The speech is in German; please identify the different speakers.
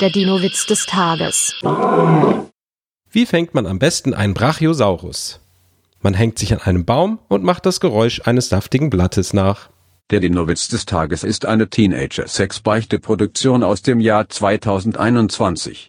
Speaker 1: Der Dino-Witz des Tages.
Speaker 2: Wie fängt man am besten einen Brachiosaurus? Man hängt sich an einem Baum und macht das Geräusch eines saftigen Blattes nach.
Speaker 3: Der Dinowitz des Tages ist eine Teenager-Sex-Beichte-Produktion aus dem Jahr 2021.